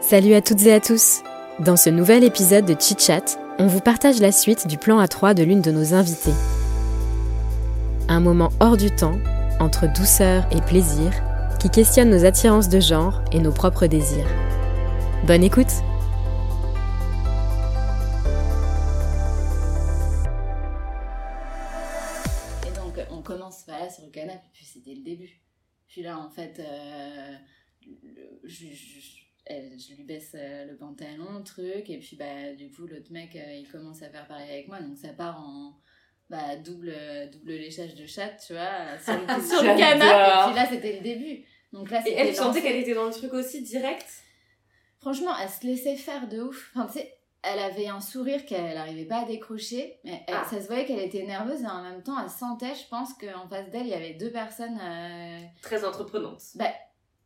Salut à toutes et à tous Dans ce nouvel épisode de Chit Chat, on vous partage la suite du plan A3 de l'une de nos invitées. Un moment hors du temps, entre douceur et plaisir, qui questionne nos attirances de genre et nos propres désirs. Bonne écoute Et donc, euh, on commence voilà, sur le canapé, puis c'était le début. Puis là, en fait, euh, le- je, je- elle- je lui baisse euh, le pantalon, truc, et puis bah, du coup, l'autre mec, euh, il commence à faire pareil avec moi, donc ça part en bah, double, euh, double léchage de chatte, tu vois, euh, sur le, sur le J'adore. canapé. Et puis là, c'était le début. Donc là, Et c'était elle, tu sentais lancé. qu'elle était dans le truc aussi direct Franchement, elle se laissait faire de ouf. Enfin, tu sais, elle avait un sourire qu'elle n'arrivait pas à décrocher. Mais elle- Ah. ça se voyait qu'elle était nerveuse et en même temps, elle sentait, je pense, qu'en face d'elle, il y avait deux personnes euh, Très entreprenante.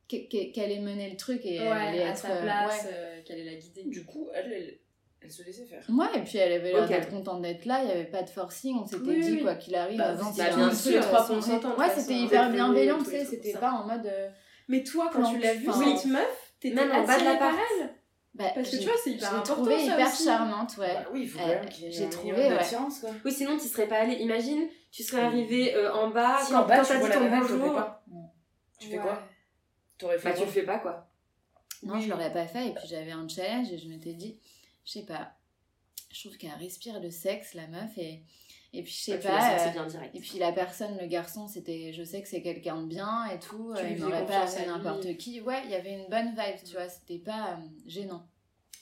qu- qu- qu'elle ait mené le truc et ouais, elle allait à être, sa euh, place, ouais. euh, qu'elle est la guidée. Du coup, elle, elle, elle se laissait faire. Ouais, et puis elle avait l'air Ok. d'être contente d'être là, il n'y avait pas de forcing, on s'était Oui, dit oui. quoi qu'il arrive, Bah, avant vous qu'il étiez y ait un tous truc, les trois euh, sans- consentants, de Ouais, toute c'était façon, hyper dès le bienveillant, tu début, tous sais, les c'était trucs pas en mode. euh, Mais toi, quand Plante, tu l'as vue, enfin, cette meuf, t'étais même en attirée bas de par l'appart. elle. bah, Parce que j'ai- tu vois, c'est je l'ai hyper important. trouvée ça hyper aussi. charmante, ouais. Bah oui, il faut Euh, quand même qu'il y j'ai ait un trouvé, minimum ouais. d'attirance, quoi. Oui, sinon tu serais pas allée. Imagine, tu serais arrivée euh, en bas, Ah, Si quand, en bas, quand tu t'as vois dit la ton nana, tu le fais bonjour. pas. Tu fais quoi T'aurais fait Bah, tu quoi le fais pas quoi. Non, je l'aurais pas fait. Et puis j'avais un challenge et je m'étais dit, je sais pas, je trouve qu'elle respire le sexe, la meuf, et, et puis je sais Bah, tu l'as pas. senti euh, bien direct. et puis la personne, le garçon, c'était, je sais que c'est quelqu'un de bien et tout, Tu euh, lui il fais m'aurait pas confiance amené à lui. Mm. n'importe qui. Ouais, il y avait une bonne vibe, tu vois, c'était pas euh, gênant.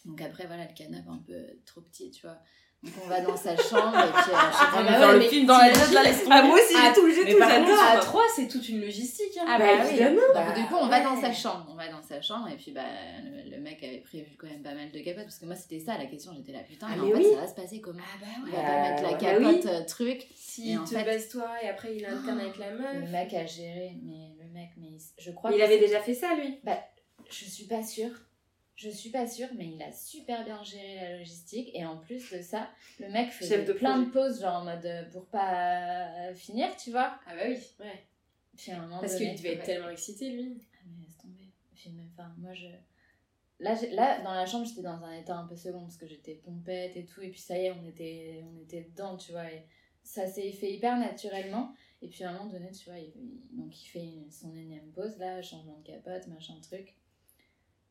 Donc après, voilà, le canapé un peu trop petit, tu vois. Donc on va dans sa chambre et puis. euh, je sais pas, Ah, bah dans ouais, le mais- film, dans la note, t'imagines- là, laisse tomber. Moi aussi, Ah, j'ai tout, j'ai Mais tout, par contre, euh, à j'adore. 3, c'est toute une logistique. hein. Ah bah bah oui. évidemment. Donc, Bah, du coup, on va ouais. dans sa chambre. On va dans sa chambre et puis bah, le, le mec avait prévu quand même pas mal de capotes parce que moi c'était ça la question. J'étais là putain, Ah, mais, mais en fait oui. ça va se passer comment Ah bah Il ouais. va pas Bah, mettre la bah capote euh, truc. Et Si en te fait- baisse toi et après il alterne avec la meuf. Le mec a géré, mais le mec, mais il s- je crois Mais il que avait c'est- déjà fait ça lui. je suis pas sûre. Je suis pas sûre, mais il a super bien géré la logistique. Et en plus de ça, le mec faisait Chef de plein de pauses, genre en mode euh, pour pas euh, finir, tu vois. Ah bah oui, ouais. Puis à un moment Parce donné, qu'il devait être ouais. tellement excité lui. Ah, mais laisse tomber. J'ai même- enfin, moi, je... Là, j'ai- là, dans la chambre, j'étais dans un état un peu second parce que j'étais pompette et tout. Et puis ça y est, on était, on était dedans, tu vois. Et ça s'est fait hyper naturellement. Et puis à un moment donné, tu vois, il, il- donc il fait une- son énième pause, là, changement de capote, machin truc.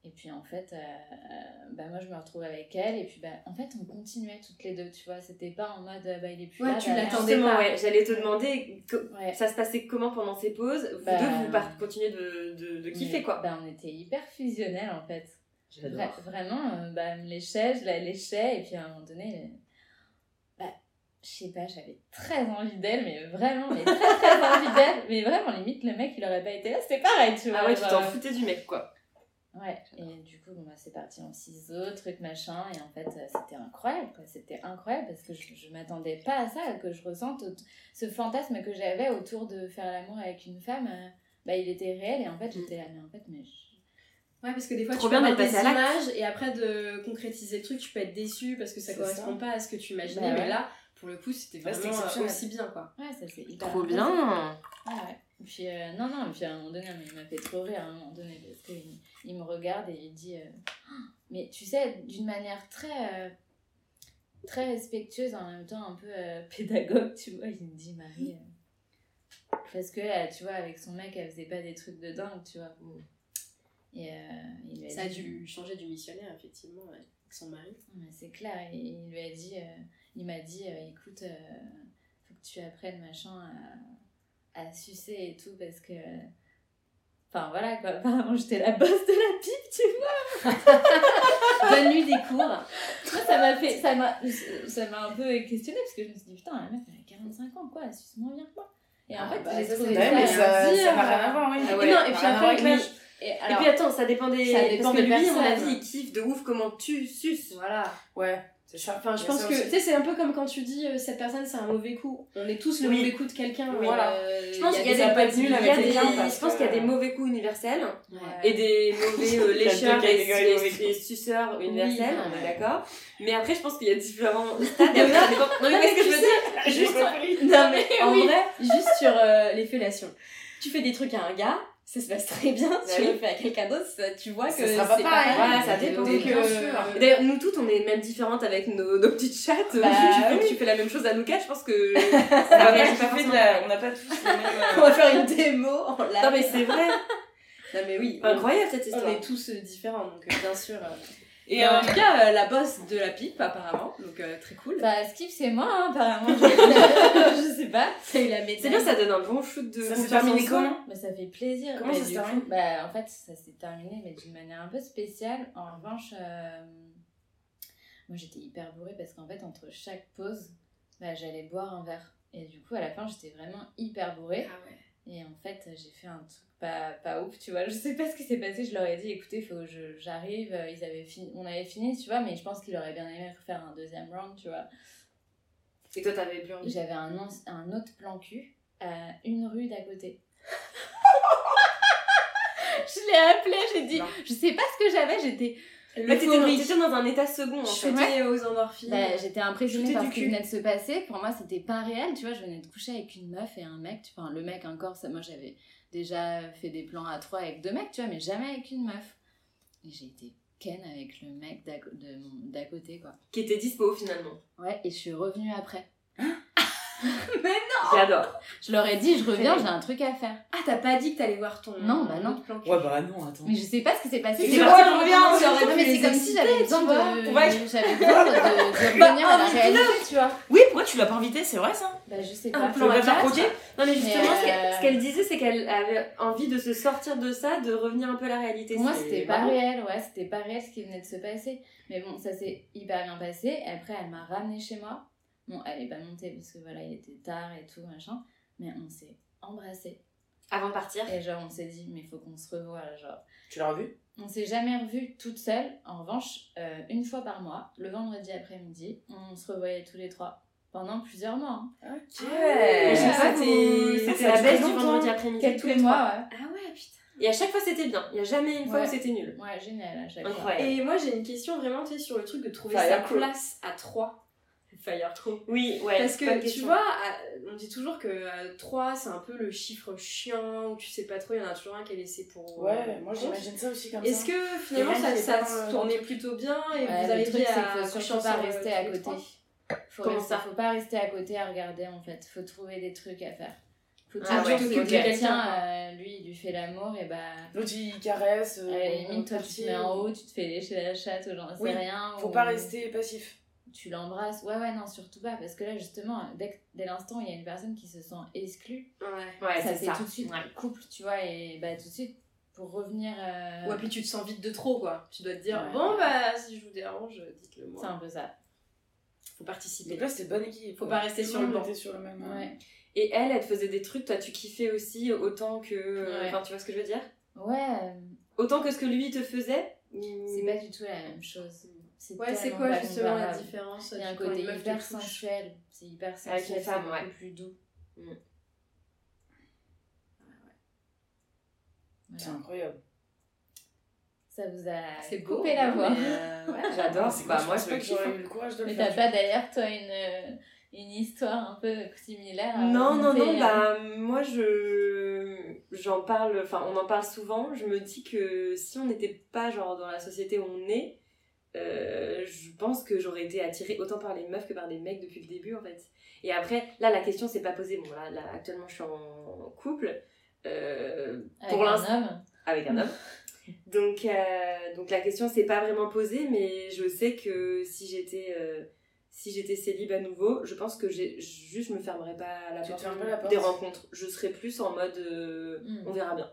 Et puis en fait, euh, euh, bah, moi, je me retrouve avec elle. Et puis, bah, en fait, on continuait toutes les deux, tu vois. C'était pas en mode, euh, bah, il est plus Ouais, là. tu bah, l'attendais merde. Justement, pas. ouais, j'allais te demander co- Ouais. ça se passait comment pendant ces pauses. Vous Bah, deux, vous par- continuez de, de, de kiffer Mais, quoi. bah, on était hyper fusionnels, en fait. Vra- vraiment, euh, bah, elle me léchait, je la léchais, et puis à un moment donné, euh, bah, je sais pas, j'avais très envie d'elle, mais vraiment, mais très très envie d'elle, mais vraiment, limite, le mec, il aurait pas été là, c'était pareil, tu vois. Ah ouais, tu genre, t'en euh, foutais du mec quoi. Ouais, et du coup, bon, bah, c'est parti en ciseaux, truc machin, et en fait, euh, c'était incroyable, quoi, c'était incroyable, parce que je, je m'attendais pas à ça, que je ressente aut- ce fantasme que j'avais autour de faire l'amour avec une femme, euh, bah, il était réel, et en Mm. fait, j'étais là, mais en fait, mais... je- Ouais, parce que des fois Trop tu peux bien avoir des d'être passé à images et après de concrétiser le truc, tu peux être déçu parce que ça C'est correspond pas à ce que tu imaginais. Bah ouais. Mais là, pour le coup, c'était Ouais, c'était vraiment euh, exceptionnel. aussi bien quoi. Ouais, ça, c'est hyper Trop intéressant. bien. Ah ouais. Et Puis, euh, non, non, et puis à un moment donné, mais il m'a fait trop rire à un moment donné parce qu'il il me regarde et il dit. euh, Ah mais tu sais, d'une manière très. euh, très respectueuse, en même temps un peu euh, pédagogue, tu vois. Il me dit, Marie. euh, parce que là, tu vois, avec son mec, elle faisait pas des trucs de dingue, tu vois. Et euh, il lui a Ça a dit- dû changer du missionnaire effectivement ouais, avec son mari. mais c'est clair, il, il lui a dit, euh, il m'a dit, euh, écoute, euh, faut que tu apprennes machin à, à sucer et tout parce que, enfin voilà quoi, apparemment j'étais la bosse de la pipe, tu vois. Donne-lui des cours. Moi, ça m'a fait, ça m'a, ça m'a un peu questionnée parce que je me suis dit putain, la meuf elle a 45 ans quoi, elle suce moins bien que moi. Et en Ah, fait, bah, j'ai ça, trouvé c'est- Ouais, mais Ouais, ça dire, ça n'a euh, rien à voir, oui. Ah Et ouais, non, et puis rien à après, voir avec mais- lui. et Et alors- puis attends, ça dépend des. Ça dépend parce que des lui, à mon personnes. avis, il kiffe kiffe de ouf comment tu suces. Voilà. Ouais, c'est ça. Enfin, je Il y a pense ça que, aussi. tu sais, c'est un peu comme quand tu dis euh, cette personne, c'est un mauvais coup. On est tous le Oui. mauvais coup de quelqu'un. Oui. euh, voilà. Je pense qu'il y a des impacts il y nuls a avec des- quelqu'un. parce Je pense qu'il y a que- des mauvais coups universels Ouais. et des mauvais euh, Il y a deux lécheurs et, catégories de mauvais et- et suceurs universels, Oui. on est d'accord. Mais après, je pense qu'il y a différents stades. et après, ça dépend- Non, mais Non, qu'est-ce mais que je tu veux dire Juste Non, mais en Oui. vrai, juste sur euh, les fellations. Tu fais des trucs à un gars, ça se passe très bien. tu oui. le fais à quelqu'un d'autre, ça- tu vois que Ça c'est sera pas euh, pas pareil. pareil. Voilà, ça dépend. Donc, Bien euh, sûr. Et D'ailleurs, nous toutes, on est même différentes avec nos, nos petites chattes. Bah, tu, fais, oui. tu fais la même chose à Lucas, je pense que. on n'a Ouais, pas, j'ai j'ai pas fait de forcément- la- on n'a pas tous les mêmes. on euh, va faire une démo en live. Non, mais c'est vrai. Non, mais oui, on, Incroyable cette on histoire. est tous euh, différents, donc euh, bien sûr. euh. Et Mais euh, en tout cas, euh, la bosse de la pipe, apparemment, donc euh, très cool. Bah, Skip, c'est moi, hein, apparemment. je je sais pas. C'est la méthode. C'est bien, ça donne un bon shoot de. ça s'est confiance en terminé soi. comment Bah, ça fait plaisir. Comment Mais ça se du termine coup, Bah, en fait, ça s'est terminé, mais d'une manière un peu spéciale. En revanche, euh, moi, j'étais hyper bourrée parce qu'en fait, entre chaque pause, bah, j'allais boire un verre. Et du coup, à la fin, j'étais vraiment hyper bourrée. Ah Et en fait, j'ai fait un truc pas, pas ouf, tu vois. Je sais pas ce qui s'est passé. Je leur ai dit, écoutez, faut que je- j'arrive. Euh, Ils avaient fini, on avait fini, tu vois. Mais je pense qu'ils auraient bien aimé faire un deuxième round, tu vois. Et toi, t'avais plus envie. J'avais un, anci- un autre plan cul à une rue d'à côté. je l'ai appelé, j'ai dit, Non. je sais pas ce que j'avais, j'étais Bah, t'étais dans, t'étais dans un état second en fait. Shooter aux endorphines. bah, j'étais impressionnée Shooter par du ce qui cul. venait de se passer. Pour moi, c'était pas réel, tu vois, je venais de coucher avec une meuf et un mec, tu- enfin le mec encore, ça moi j'avais déjà fait des plans à trois avec deux mecs, tu vois, mais jamais avec une meuf. Et j'ai été ken avec le mec d'à co- de mon- d'à côté quoi. Qui était dispo finalement. Ouais, et je suis revenue après. J'adore. Je leur ai dit, je reviens, j'ai un truc à faire. Ah, t'as pas dit que t'allais voir ton. Non, bah non. ton plan cul. Ouais, bah non, attends. Mais je sais pas ce qui s'est passé. C'est J'ai- parti, on on revient, revient, on on revient. revient. Non, mais c'est comme si j'avais besoin vois. de. Ouais. J'avais besoin de, de Ah, revenir à la bah, réalité, Ah, tu vois. Oui, pourquoi tu l'as pas invité C'est vrai ça Bah, je sais Un pas. plan Faut à pas faire quatre. croquer Non mais justement, ce euh, qu'elle- ce qu'elle disait, c'est qu'elle avait envie de se sortir de ça, de revenir un peu à la réalité. Pour moi, C'est c'était pas marrant. réel, ouais, c'était pas réel ce qui venait de se passer. Mais bon, ça s'est hyper bien passé. Et après, elle m'a ramenée chez moi. Bon, elle est pas montée parce que voilà, il était tard et tout, machin. Mais on s'est embrassés. Avant de partir. Et genre, on s'est dit, mais faut qu'on se revoie, là, genre. Tu l'as revu On s'est jamais revu toute seule. En revanche, euh, une fois par mois, le vendredi après-midi, on se revoyait tous les trois pendant plusieurs mois. hein. Ok. Et Ouais. je sais pas, C'était- vous- c'était c'était la très baisse du longtemps. vendredi après-midi. Quel tous les mois, ouais. Ah ouais, putain. Et à chaque fois, c'était bien. Il n'y a jamais une fois Ouais. où c'était nul. Ouais, génial à chaque fois. Incroyable. Et moi, j'ai une question vraiment, tu sais, sur le truc de trouver Fire sa crew. place à 3. Fire crew. Oui, ouais. Parce bonne que tu question. vois, à- on dit toujours que euh, 3 c'est un peu le chiffre chiant, où tu sais pas trop, il y en a toujours un qui est laissé pour. Ouais, moi j'imagine ça aussi comme Est-ce ça. que finalement Et là, ça, j'ai ça pas, se euh, tournait plutôt bien et Ouais, vous avez le truc, dit c'est à qu'il faut surtout pas rester à côté. Faut Comment rester- ça Faut pas rester à côté à regarder en fait. Faut trouver des trucs à faire. Faut Ah toujours ouais, que ok. quelqu'un, euh, lui, il lui fait l'amour et bah. L'autre il caresse. euh, À la limite, on toi, tu partit. te mets en haut, tu te fais lécher la chatte ou j'en sais Oui, rien. Faut ou pas rester passif. Tu l'embrasses. Ouais, ouais, non, surtout pas. Parce que là, justement, dès, que- dès l'instant où il y a une personne qui se sent exclue, Ouais. Ouais, ça c'est fait ça. tout de suite Ouais. couple, tu vois, et bah tout de suite pour revenir. euh, Ouais, puis tu te sens vite de trop quoi. Tu dois te dire, Ouais. bon bah si je vous dérange, dites-le C'est moi. un peu ça. Faut Donc participer. là, c'était bonne équipe. Faut ouais. pas rester Tout sur le le monde banc. était sur le même. euh, Ouais. Et elle, elle te faisait des trucs, toi, tu kiffais aussi autant que. euh, Ouais. Enfin, tu vois ce que je veux dire Ouais, euh, Autant que ce que lui te faisait ou- c'est pas du tout la même chose. Ouais, c'est tellement quoi pas justement la comparable. différence bah, Il y a un du- quand côté une meuf te hyper touche sensuel. C'est hyper sensuel. Avec une femme, c'est ouais. beaucoup plus doux. Mm. Ouais, ouais. C'est Voilà. incroyable. Ça vous a C'est beau, coupé la non, voix. mais, J'adore, C'est bah, quoi, moi, je pense je pas le que kiffe. j'aurais eu le courage de le Mais faire. t'as pas d'ailleurs, toi, une, euh, une histoire un peu similaire à Non, non, raconter, non, euh, bah moi je. J'en parle, enfin on en parle souvent. Je me dis que si on n'était pas genre dans la société où on est, euh, je pense que j'aurais été attirée autant par les meufs que par les mecs depuis le début en fait. Et après, là la question s'est pas posée. Bon, là, là, actuellement je suis en couple euh, avec pour l'instant un homme. avec un homme. Donc, euh, donc la question s'est pas vraiment posée, mais je sais que si j'étais euh, si j'étais célib à nouveau, je pense que j'ai juste je me fermerais pas à la, Tu te porte, fermes pas la porte. des rencontres. Je serais plus en mode euh, Mm. on verra bien.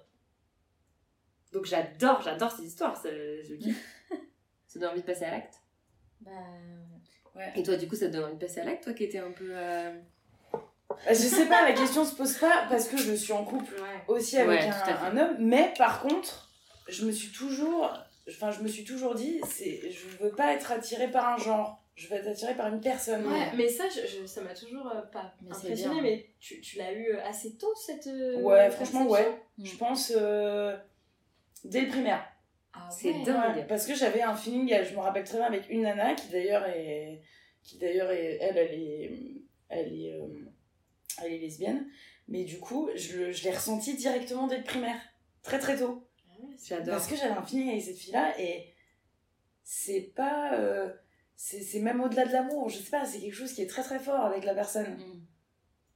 Donc j'adore, j'adore ces histoires, ça, je kiffe. ça donne envie de passer à l'acte. Bah, Et toi du coup ça te donne envie de passer à l'acte, toi qui étais un peu euh, Bah, Je sais pas, la question se pose pas parce que je suis en couple aussi avec Ouais, tout à un, fait. un homme, mais par contre, je me suis toujours Enfin, je me suis toujours dit, c'est, je veux pas être attirée par un genre. Je veux être attirée par une personne. Ouais, mais ça, je, je- ça m'a toujours euh, pas Mais c'est impressionné, bien. mais tu, tu l'as eu assez tôt cette. euh, Ouais, franchement, perception ouais. Mm. Je pense euh, dès le primaire. Ah C'est ouais. dingue. Ouais, parce que j'avais un feeling, je me rappelle très bien, avec une nana qui d'ailleurs est. qui d'ailleurs est. elle, elle est. elle est. euh, elle est lesbienne. Mais du coup, je, le- je l'ai ressentie directement dès le primaire. Très très tôt. Ah ouais, c'est- J'adore. Parce que j'avais un feeling avec cette fille-là et c'est pas. euh, c'est c'est même au-delà de l'amour, je sais pas, c'est quelque chose qui est très très fort avec la personne. Mm.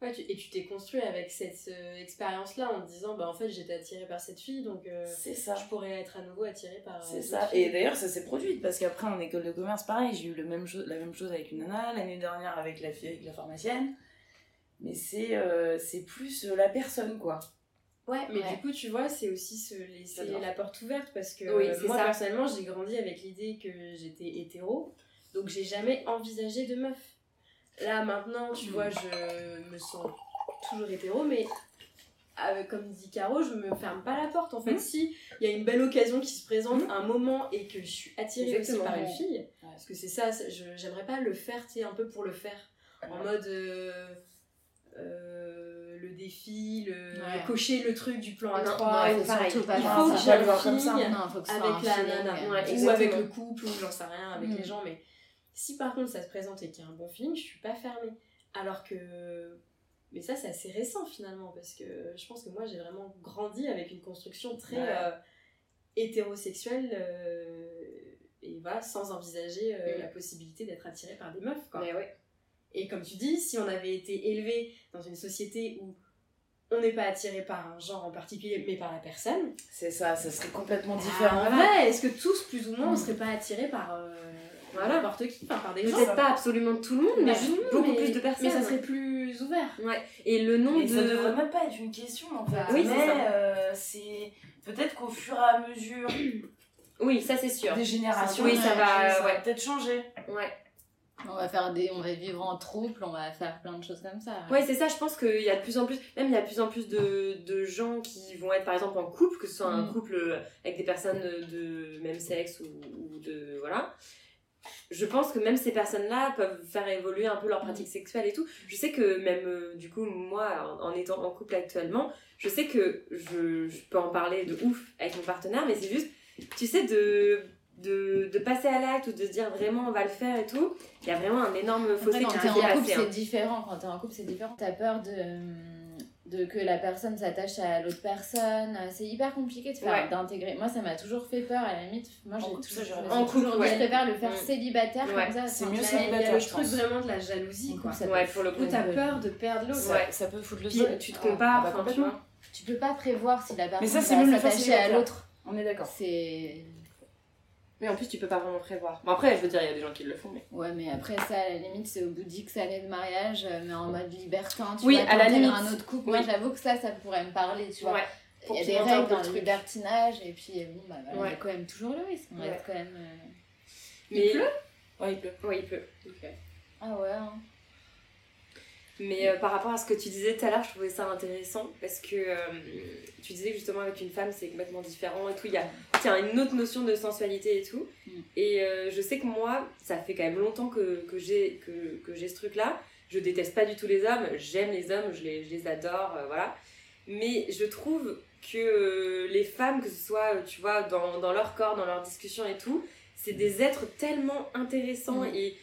Ouais, tu- et tu t'es construit avec cette euh, expérience-là en te disant, bah en fait, j'étais attirée par cette fille, donc euh, C'est ça. je pourrais être à nouveau attirée par. euh, C'est d'autres ça. filles. Et d'ailleurs, ça s'est produit parce qu'après en école de commerce, pareil, j'ai eu le même chose, la même chose avec une nana l'année dernière avec la fille, avec la pharmacienne. Mais c'est euh, c'est plus euh, la personne quoi. Ouais, mais Ouais. du coup, tu vois, c'est aussi se laisser J'adore. la porte ouverte parce que Oui, euh, c'est moi, ça. personnellement, j'ai grandi avec l'idée que j'étais hétéro, donc j'ai jamais envisagé de meuf. Là, maintenant, tu vois, je me sens toujours hétéro, mais euh, comme dit Caro, je me ferme pas la porte. En fait, Mhm. si il y a une belle occasion qui se présente, un moment, et que je suis attirée aussi Exactement. par une fille, Ouais. parce que c'est ça, c'est- je- j'aimerais pas le faire, tu sais, un peu pour le faire en mode euh, euh, le défi, le Ouais. Ah cocher le truc du plan Non, A3, non, il ou faut surtout pas il faire faut ça. Faut que j'ai pas un le voir comme ça, feeling Non, faut que ce soit avec un la feeling, nana, euh, ouais, ou exactement. avec le couple, ou j'en sais rien, avec Mm. les gens, mais si par contre ça se présente et qu'il y a un bon feeling, je suis pas fermée. Alors que. Mais ça, c'est assez récent finalement, parce que je pense que moi j'ai vraiment grandi avec une construction très Ouais. euh, hétérosexuelle. euh, et voilà, sans envisager euh, Mm. la possibilité d'être attirée par des meufs. Quoi. Mais ouais. Et comme tu dis, si on avait été élevé dans une société où on n'est pas attiré par un genre en particulier, mais par la personne, C'est ça, ça serait complètement différent. différent. Ouais, est-ce que tous, plus ou moins, on serait pas attiré par euh, voilà, n'importe qui, enfin, par des gens hein. Peut-être pas absolument tout le monde, mais Bah, juste non, beaucoup mais- plus de personnes. Mais ça serait plus ouvert. Ouais. Et le nom Mais de. ça devrait même pas être une question en fait. Oui, c'est mais ça. euh, c'est peut-être qu'au fur et à mesure Oui, ça c'est sûr. des générations, Oui, ça va, ça ouais. peut-être changer. Ouais. On va faire des, on va vivre en trouble, on va faire plein de choses comme ça. Ouais, c'est ça, je pense qu'il y a de plus en plus, même il y a de plus en plus de, de gens qui vont être par exemple en couple, que ce soit un Mm. couple euh, avec des personnes de même sexe ou, ou de. Voilà. Je pense que même ces personnes-là peuvent faire évoluer un peu leur pratique Mm. sexuelle et tout. Je sais que même, euh, du coup, moi, en, en étant en couple actuellement, je sais que je, je peux en parler de ouf avec mon partenaire, mais c'est juste, tu sais, de, de, de passer à l'acte ou de se dire vraiment on va le faire et tout, il y a vraiment un énorme Après, fossé quand qui t'es est en couple, assez, hein. c'est différent. Quand t'es en couple, c'est différent. T'as peur de, euh, de que la personne s'attache à l'autre personne. euh, C'est hyper compliqué de faire, Ouais. d'intégrer. Moi, ça m'a toujours fait peur. À la limite, moi, j'ai couple, toujours, ça, j'ai je me raison. suis En couple, toujours dit, ouais. je préfère le faire Mm. célibataire Ouais. comme ça. C'est enfin, mieux tu vois, Il y a célibataire, le je truc pense. vraiment de la en jalousie, couple, quoi. ça peut Ouais, être pour le coup, Où t'as Ouais. peur de perdre l'autre. Ça, ça peut foutre le Puis, seum. tu te Ah, compares, bah, enfin, tu complètement. vois. Tu peux pas prévoir si la personne ça, c'est va mieux de le faire s'attacher à célibataire. l'autre. On est d'accord. C'est Mais en plus, tu peux pas vraiment prévoir. Bon, après, je veux dire, il y a des gens qui le font, mais. ouais, mais après ça, à la limite, c'est au bout dit que ça allait de mariage, euh, mais en mode libertin. Tu Oui, vois, à la t'intègres limite. un autre couple. Oui. Moi, j'avoue que ça, ça pourrait me parler, tu vois. Ouais. Il y a qu'il des monte un règles peu le dans le truc. libertinage, et puis euh, bon, bah, voilà, il y Ouais. a quand même toujours le risque. On Ouais. reste quand même. euh, Mais- Ouais, il pleut. Oui, il peut. Ah ouais. hein. Mais euh, par rapport à ce que tu disais tout à l'heure, je trouvais ça intéressant parce que euh, tu disais que justement avec une femme, c'est complètement différent et tout. Il y a il y a une autre notion de sensualité et tout. Mm. Et euh, je sais que moi, ça fait quand même longtemps que, que j'ai que, que j'ai ce truc-là. Je déteste pas du tout les hommes, j'aime les hommes, je les, je les adore, euh, voilà. Mais je trouve que euh, les femmes, que ce soit, euh, tu vois, dans, dans leur corps, dans leur discussion et tout, c'est des êtres tellement intéressants Mm. et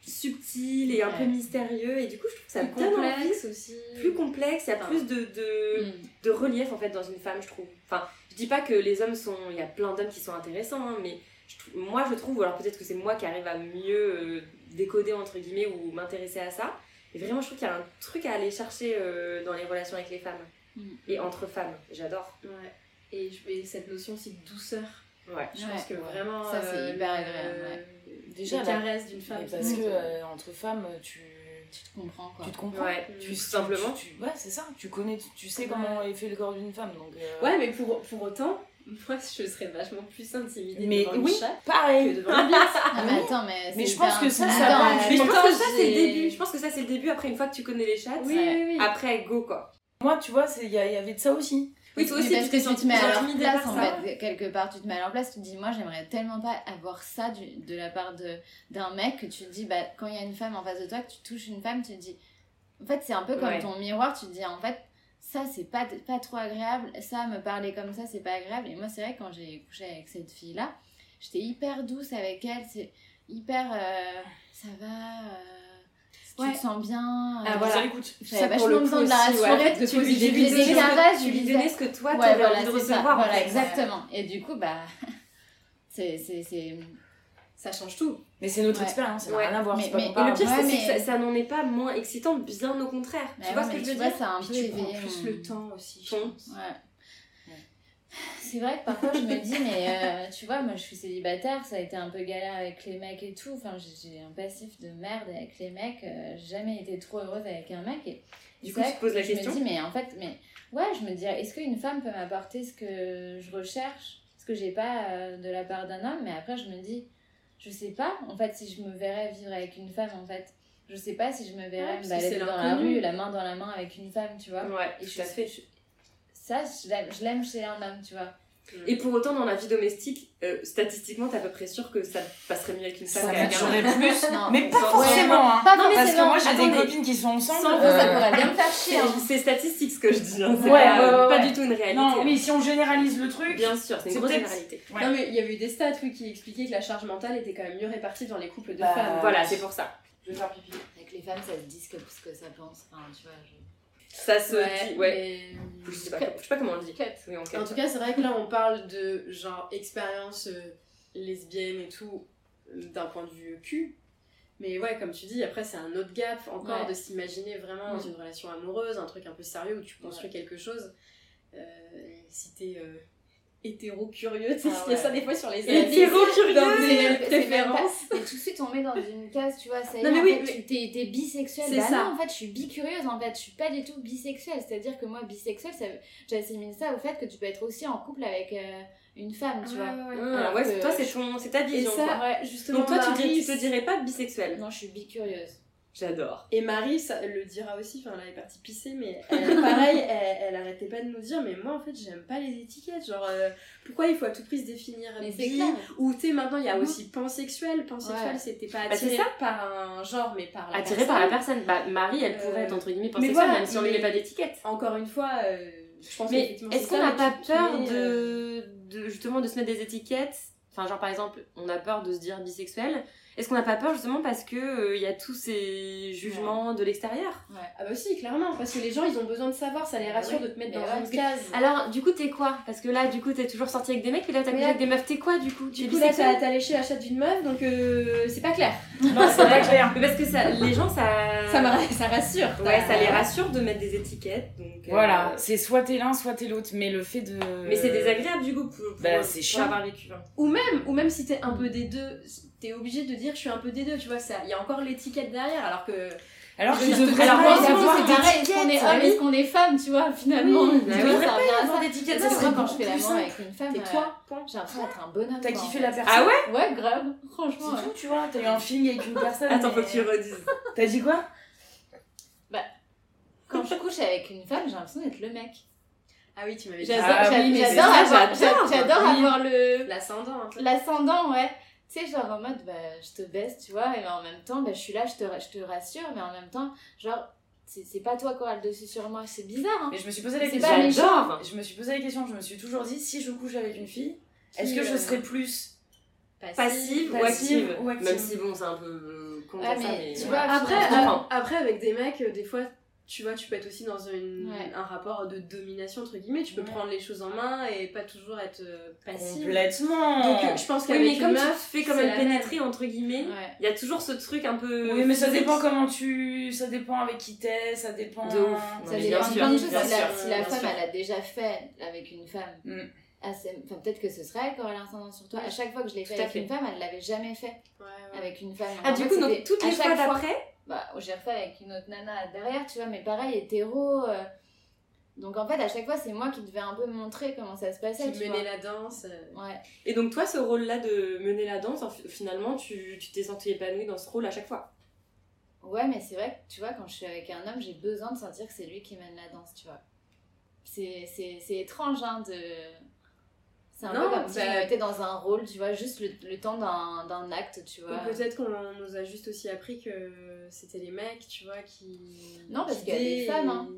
subtils et un peu Ouais. mystérieux. Et du coup, je trouve que ça Plus me donne envie. complexe aussi. Plus complexe, il y a plus de, de, Mm. de relief en fait dans une femme, je trouve. Enfin, je dis pas que les hommes sont. Il y a plein d'hommes qui sont intéressants, hein, mais je trou- moi je trouve, ou alors peut-être que c'est moi qui arrive à mieux euh, décoder entre guillemets ou m'intéresser à ça, mais vraiment je trouve qu'il y a un truc à aller chercher euh, dans les relations avec les femmes Mm. et entre femmes, j'adore. Ouais. Et, je- et cette notion aussi de douceur. Ouais. Je Ouais. pense que vraiment. Ça, c'est euh, hyper le- agréable, Déjà, les la- caresses d'une femme. Mais parce c'est- que euh, entre femmes, tu, Tu te comprends quoi. tu te comprends. Ouais, Mm. Tu, tout tu- simplement. tu- tu- ouais, c'est ça. Tu connais, tu sais comment est fait le corps d'une femme, donc. euh, Ouais, mais pour, pour autant, moi je serais vachement plus intimidée Mais devant oui. le chat que Pareil. devant la bite. Ah, mais Oui. attends, mais. Mais c'est je pense hyper que ça, intime. ça Attends, va. euh, Mais je attends, pense que ça j'ai- c'est le début. Je pense que ça c'est le début. Après une fois que tu connais les chats, Oui, oui, oui. après go quoi. Moi, tu vois, c'est- il y, a- il y avait de ça aussi. Oui, toi aussi, Mais parce tu t'es que tu te sentie mets à plus leur intimidée place, par en ça. fait. Quelque part, tu te mets à leur place, tu te dis, moi, j'aimerais tellement pas avoir ça du- de la part de- d'un mec que tu te dis, bah, quand il y a une femme en face de toi, que tu touches une femme, tu te dis. En fait, c'est un peu comme Ouais. ton miroir, tu te dis, en fait, ça, c'est pas, pas trop agréable, ça, me parler comme ça, c'est pas agréable. Et moi, c'est vrai, que quand j'ai couché avec cette fille-là, j'étais hyper douce avec elle, c'est hyper. euh, ça va. euh, Ouais. Tu te sens bien. Ah, euh, voilà. Je l'écoute. J'avais Ça, pour vachement le coup besoin de la aussi, rassurer, ouais, de tu poser lui- des tu lui faisais limites, des caresses, tu lui disais- donnais ce que toi, Ouais, t'avais voilà, envie de c'est ça. recevoir. en Voilà, fait. exactement. Et du coup, bah. C'est. c'est- c'est- Ça change tout. Mais c'est notre Ouais. expérience, ça n'a Ouais. rien à voir. Mais- c'est pas mais- comparable. Ah, Et le pire, ouais, c'est mais- que ça, ça n'en est pas moins excitant, bien au contraire. Bah tu vois ouais, ce que mais je veux tu vois, dire ça a un Puis peu Mmh. tu prends éveillé. mon- plus le temps aussi. je Ton. pense. Ouais. Ouais. C'est vrai que parfois je me dis, mais euh, tu vois, moi je suis célibataire, ça a été un peu galère avec les mecs et tout. Enfin, j'ai- j'ai un passif de merde avec les mecs, euh, j'ai jamais été trop heureuse avec un mec. Et Du c'est coup, vrai tu te poses la je question. me dis, mais en fait, mais ouais, je me dis, est-ce qu'une femme peut m'apporter ce que je recherche, ce que j'ai pas euh, de la part d'un homme Mais après, je me dis, je sais pas, en fait, si je me verrais vivre avec une femme, en fait, je sais pas si je me Ouais, verrais parce me que c'est balader dans la l'inconnu. rue, la main dans la main avec une femme, tu vois. Ouais, Et tout à fait. je- ça, je l'aime- je l'aime chez un homme, tu vois. Et pour autant, dans la vie domestique, euh, statistiquement, t'es à peu près sûr que ça passerait mieux avec une Ça femme qu'avec un matcherait homme. plus. Non. Mais pas Ouais. forcément, hein. Pas non, Parce que moi, j'ai des attendez. copines qui sont ensemble. Sans- Ça euh, pourrait bien me faire chier. hein. C'est- C'est statistique ce que je dis, hein, c'est Ouais, pas, ouais, ouais, pas ouais. du tout une réalité. Non, oui, si on généralise le truc. Bien sûr, c'est une C'est grosse peut-être- généralité. Ouais. Non, mais il y avait eu des stats oui, qui expliquaient que la charge mentale était quand même mieux répartie dans les couples de Bah, femmes. Voilà, c'est pour ça. Je vais faire pipi. Avec les femmes, ça se dit ce que, ce que ça pense. Enfin, tu vois, je- Ça se dit, ouais. mais- Je sais, pas, je sais pas comment on le dit. Oui, on En capte. tout cas, c'est vrai que là, on parle de genre expérience euh, lesbienne et tout euh, d'un point de vue cul. Mais ouais, comme tu dis, après, c'est un autre gap encore Ouais. de s'imaginer vraiment dans Mm. une relation amoureuse, un truc un peu sérieux où tu construis quelque chose. Euh, si t'es euh, hétéro-curieux, tu sais, Ah il y a ça ouais. des fois sur les dans Hétéro-curieuse tes C'est même pas- préférences. Et tout de suite, on met dans une case, tu vois, ça y est, Non, mais en oui, fait, tu- t'es, t'es bisexuel. C'est bah ça. non, en fait, je suis bicurieuse, en fait, je suis pas du tout bisexuelle. C'est-à-dire que moi, bisexuelle, ça, j'assimile ça au fait que tu peux être aussi en couple avec euh, une femme, tu vois. Ah, ouais, c'est- toi, c'est ton- c'est ta Et vision. quoi. ça, ouais, justement, Donc toi, tu, Marie, dis- tu te dirais pas bisexuel Non, je suis bicurieuse. J'adore. Et Marie ça, elle le dira aussi, enfin elle est partie pisser, mais elle- pareil, elle, elle arrêtait pas de nous dire, mais moi en fait j'aime pas les étiquettes, genre euh, pourquoi il faut à tout prix se définir Mais c'est bi clair. Ou tu sais maintenant il y a Mhm. aussi pansexuel, pansexuel Ouais. c'était pas Mmh. Bah, c'est attiré ça. par un genre mais par la Attirée par la personne. Bah, Marie, elle pourrait Euh, être entre guillemets mais pansexuelle, voilà, même si on lui mais- met pas d'étiquette. Encore une fois, euh, je pense Mais qu'effectivement, est-ce c'est qu'on ça, n'a mais pas tu- peur mais, euh, de, de- justement de se mettre des étiquettes Enfin, genre par exemple, on a peur de se dire bisexuel. Est-ce qu'on n'a pas peur justement parce que euh, il y a tous ces jugements de l'extérieur Ah bah si, clairement, parce que les gens ils ont besoin de savoir, ça Bah les rassure oui, de te mettre mais dans ouais, une parce que- case. Alors, du coup, t'es quoi Parce que là, du coup, t'es toujours sortie avec des mecs, mais là, t'as Mais couché là- avec des meufs. T'es quoi du coup T'es Du coup là bisexuelle t'as t'as léché la chatte d'une meuf, donc euh, c'est pas clair. Non, c'est pas clair. Mais parce que ça, les gens, ça. Ça, me ra- ça rassure. Ouais, ça les rassure de mettre des étiquettes. Donc, euh, Voilà, c'est soit t'es l'un, soit t'es l'autre. Mais le fait de. Mais c'est désagréable du coup pour, pour, Bah, c'est pour chiant. avoir vécu. hein. Ou même, ou même si t'es un peu des deux, t'es obligé de dire je suis un peu des deux, tu vois, ça. Il y a encore l'étiquette derrière, alors que. Alors qu'il Je- devrait alors, pas moi, y c'est avoir bon, des- c'est- pareil, est-ce qu'on est homme, est-ce qu'on est femme, tu vois, finalement Oui, Tu bah vois, ça oui. revient à Ah, ça. Avoir des étiquettes, Ça, ça c'est serait moi, quand beaucoup je fais plus l'amour simple. avec une femme, T'es euh, toi, point. j'ai l'impression d'être un bonhomme. T'as quoi, en kiffé fait. la personne. Ah ouais Ouais, grave, franchement. C'est ouais. tout, tu vois. T'as eu un feeling avec une personne. Attends, faut mais- que tu redises. T'as dit quoi Quand je couche avec une femme, j'ai l'impression d'être le mec. Ah oui, tu m'avais dit. J'adore Ah j'a- oui, mais j'adore ça, avoir, j'adore. j'a- j'adore Oui. avoir le L'ascendant, un peu. l'ascendant, ouais. Tu sais, genre en mode, bah, je te baisse, tu vois, et en même temps, bah, je suis là, je te, ra- je te rassure, mais en même temps, genre, c'est c'est pas toi qui auras le dessus sur moi, c'est bizarre, hein. Mais je me suis posé la C'est question. pas les J'adore Je me suis posé la question, je me suis toujours dit si je couche avec une fille, Qui, est-ce que je euh, serais plus Passive ou Passive active ou active. Même si bon, c'est un peu euh, con Ouais, comme ça, mais mais. tu ouais. vois, Après, finalement, je euh, comprends. après, avec des mecs, euh, des fois, tu vois, tu peux être aussi dans une, Ouais. un rapport de domination, entre guillemets. Tu peux Ouais. prendre les choses en main et pas toujours être euh, passive. Complètement Donc, euh, je pense Oui, qu'avec mais une comme tu te meuf, fais comme c'est elle la même. pénétrer, entre guillemets, il Ouais. y a toujours ce truc un peu. Oui, mais Euh, ça physique. dépend comment tu. Ça dépend avec qui t'es, ça dépend. De ouf. Non, Ça mais dépend bien de sûr, plein de choses. Si bien la, sûr, si la bien femme, sûr. elle a déjà fait avec une femme, Mm. ah, c'est- enfin, peut-être que ce serait qu'elle aurait l'incendant sur toi. À chaque fois que je l'ai fait à avec fait. une femme, elle l'avait jamais fait Ouais, ouais. avec une femme. Ah, En du fait, coup, c'était donc toutes à les chaque fois d'après, bah, j'ai refait avec une autre nana derrière, tu vois, mais pareil, hétéro. euh, Donc en fait, à chaque fois, c'est moi qui devais un peu montrer comment ça se passait. Qui tu menait la danse. euh, vois. Ouais. et donc toi, ce rôle-là de mener la danse, en- finalement, tu tu t'es sentie épanouie dans ce rôle à chaque fois. ouais, mais c'est vrai que tu vois, quand je suis avec un homme, j'ai besoin de sentir que c'est lui qui mène la danse, tu vois. c'est c'est- c'est étrange, hein, de... C'est un Non, peu comme si bah- on était dans un rôle, tu vois, juste le, le temps d'un d'un acte, tu vois. Ou peut-être qu'on nous a juste aussi appris que c'était les mecs, tu vois, qui. Non, parce qui qu'il y a des dé- femmes, hein.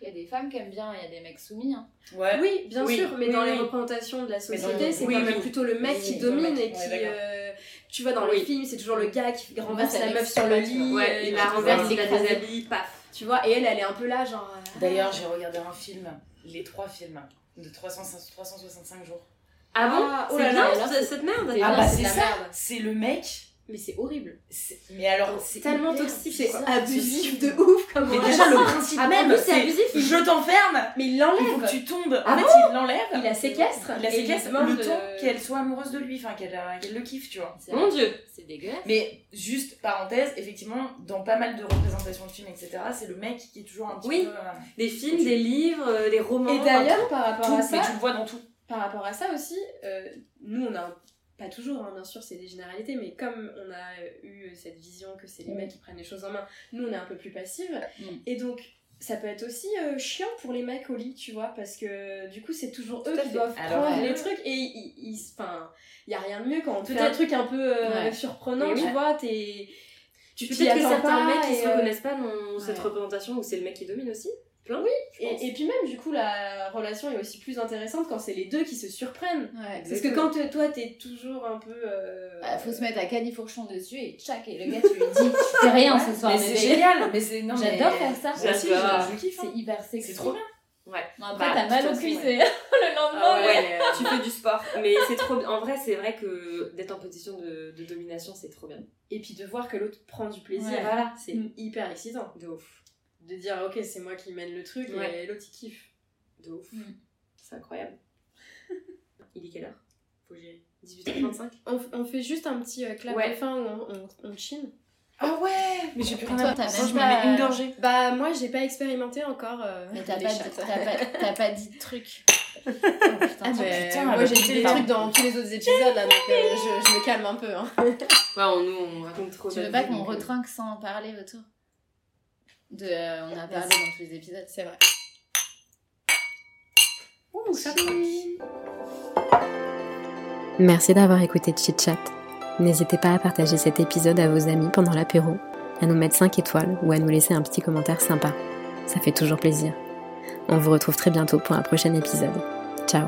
Il y a des femmes qui aiment bien, il y a des mecs soumis, hein. Ouais. Oui, bien Bah Oui, sûr, mais oui, dans les oui. représentations de la Mais dans- société, c'est oui, quand oui. même plutôt le mec Oui, qui le domine mec, et on qui. est d'accord. euh, tu vois, dans les Oui. films, c'est toujours le gars qui renverse Ouais, la ça meuf mixe sur pas, le tu vois. lit. Ouais, euh, il et la tout. renverse, il c'est la écrasé. déshabille, paf. Tu vois, et elle, elle est un peu là, genre. euh, D'ailleurs, j'ai regardé un film, les trois films, de 300 365 jours. Ah bon oh C'est là là, bien, cette- cette merde Et Ah là, bah c'est c'est la ça merde. C'est le mec. Mais c'est horrible. c'est- Mais alors, C'est tellement hyper toxique, c'est bizarre. abusif de ouf. Comme mais on déjà dit. le principe Ah, mais en même, plus, c'est abusif, il- Je t'enferme. Mais il Il faut l'enlève. que tu tombes. Ah en fait, il l'enlève. Il la séquestre. Il la et lui séquestre demande, le temps euh, qu'elle soit amoureuse de lui, enfin qu'elle euh, qu'elle le kiffe, tu vois. C'est- Mon dieu C'est dégueulasse. Mais juste parenthèse, effectivement, dans pas mal de représentations de films, etc., c'est le mec qui est toujours un petit Oui. peu. euh, Des films, des livres, euh, des romans. Et d'ailleurs, par rapport à tout, mais ça, tu le vois dans tout. par rapport à ça aussi, euh, nous on a pas toujours, hein, bien sûr, c'est des généralités, mais comme on a eu cette vision que c'est les Mm. mecs qui prennent les choses en main, nous on est un peu plus passives. Mm. Et donc, ça peut être aussi euh, chiant pour les mecs au lit, tu vois, parce que du coup, c'est toujours eux à qui fait. doivent Alors, prendre ouais. les trucs. Et il il- il- 'fin, y a rien de mieux quand on te fait un Peut-être- truc un peu euh, Ouais. surprenant, Et tu oui. vois, t'es. Tu t'y Peut-être que attends certains pas mecs qui et, se euh, reconnaissent pas dans cette ouais. représentation où c'est le mec qui domine aussi. Plein, je pense. Et, et puis même, du coup, la relation est aussi plus intéressante quand c'est les deux qui se surprennent. Ouais. Parce que quand euh, toi, t'es toujours un peu. euh, Ah, faut se mettre à canifourchon dessus et tchac, et le gars, tu lui dis, tu fais rien ce soir, mais c'est bébé. génial. Mais c'est non mais- J'adore faire ça. Ouais, si, je- je, kiffe. hein. C'est hyper sexy. C'est trop bien. Non, après, Bah, t'as de mal toute au façon, cul, ouais. c'est le lendemain. Ah ouais. ouais, tu fais du sport. Mais c'est trop bien. En vrai, c'est vrai que d'être en position de, de domination, c'est trop bien. Et puis de voir que l'autre prend du plaisir, Ouais. voilà, c'est Mm. hyper excitant. De ouf. De dire, ok, c'est moi qui mène le truc Ouais. et l'autre il kiffe. De ouf. Mm. C'est incroyable. Il est quelle heure Faut gérer. 18h25 On, f- on fait juste un petit euh, clap Ouais. de fin où on, on, on chine. Ah ouais. Mais j'ai plus Toi, rien. à t'as penser, même je me pas- mets une gorgée. Bah, moi j'ai pas expérimenté encore. euh, Mais t'as les pas, shots. dit- t'as pas, t'as pas dit de truc. Oh, putain, Ah, tu- mais putain, moi bah, j'ai dit des putain. trucs dans tous les autres épisodes là, donc euh, je, je me calme un peu. hein. Ouais, on, nous, on raconte trop Tu veux notre pas vie, qu'on donc, euh, retrinque sans en parler autour de, euh, On a parlé dans tous les épisodes. C'est vrai. Merci d'avoir écouté Chit Chat. N'hésitez pas à partager cet épisode à vos amis pendant l'apéro, à nous mettre 5 étoiles ou à nous laisser un petit commentaire sympa. Ça fait toujours plaisir. On vous retrouve très bientôt pour un prochain épisode. Ciao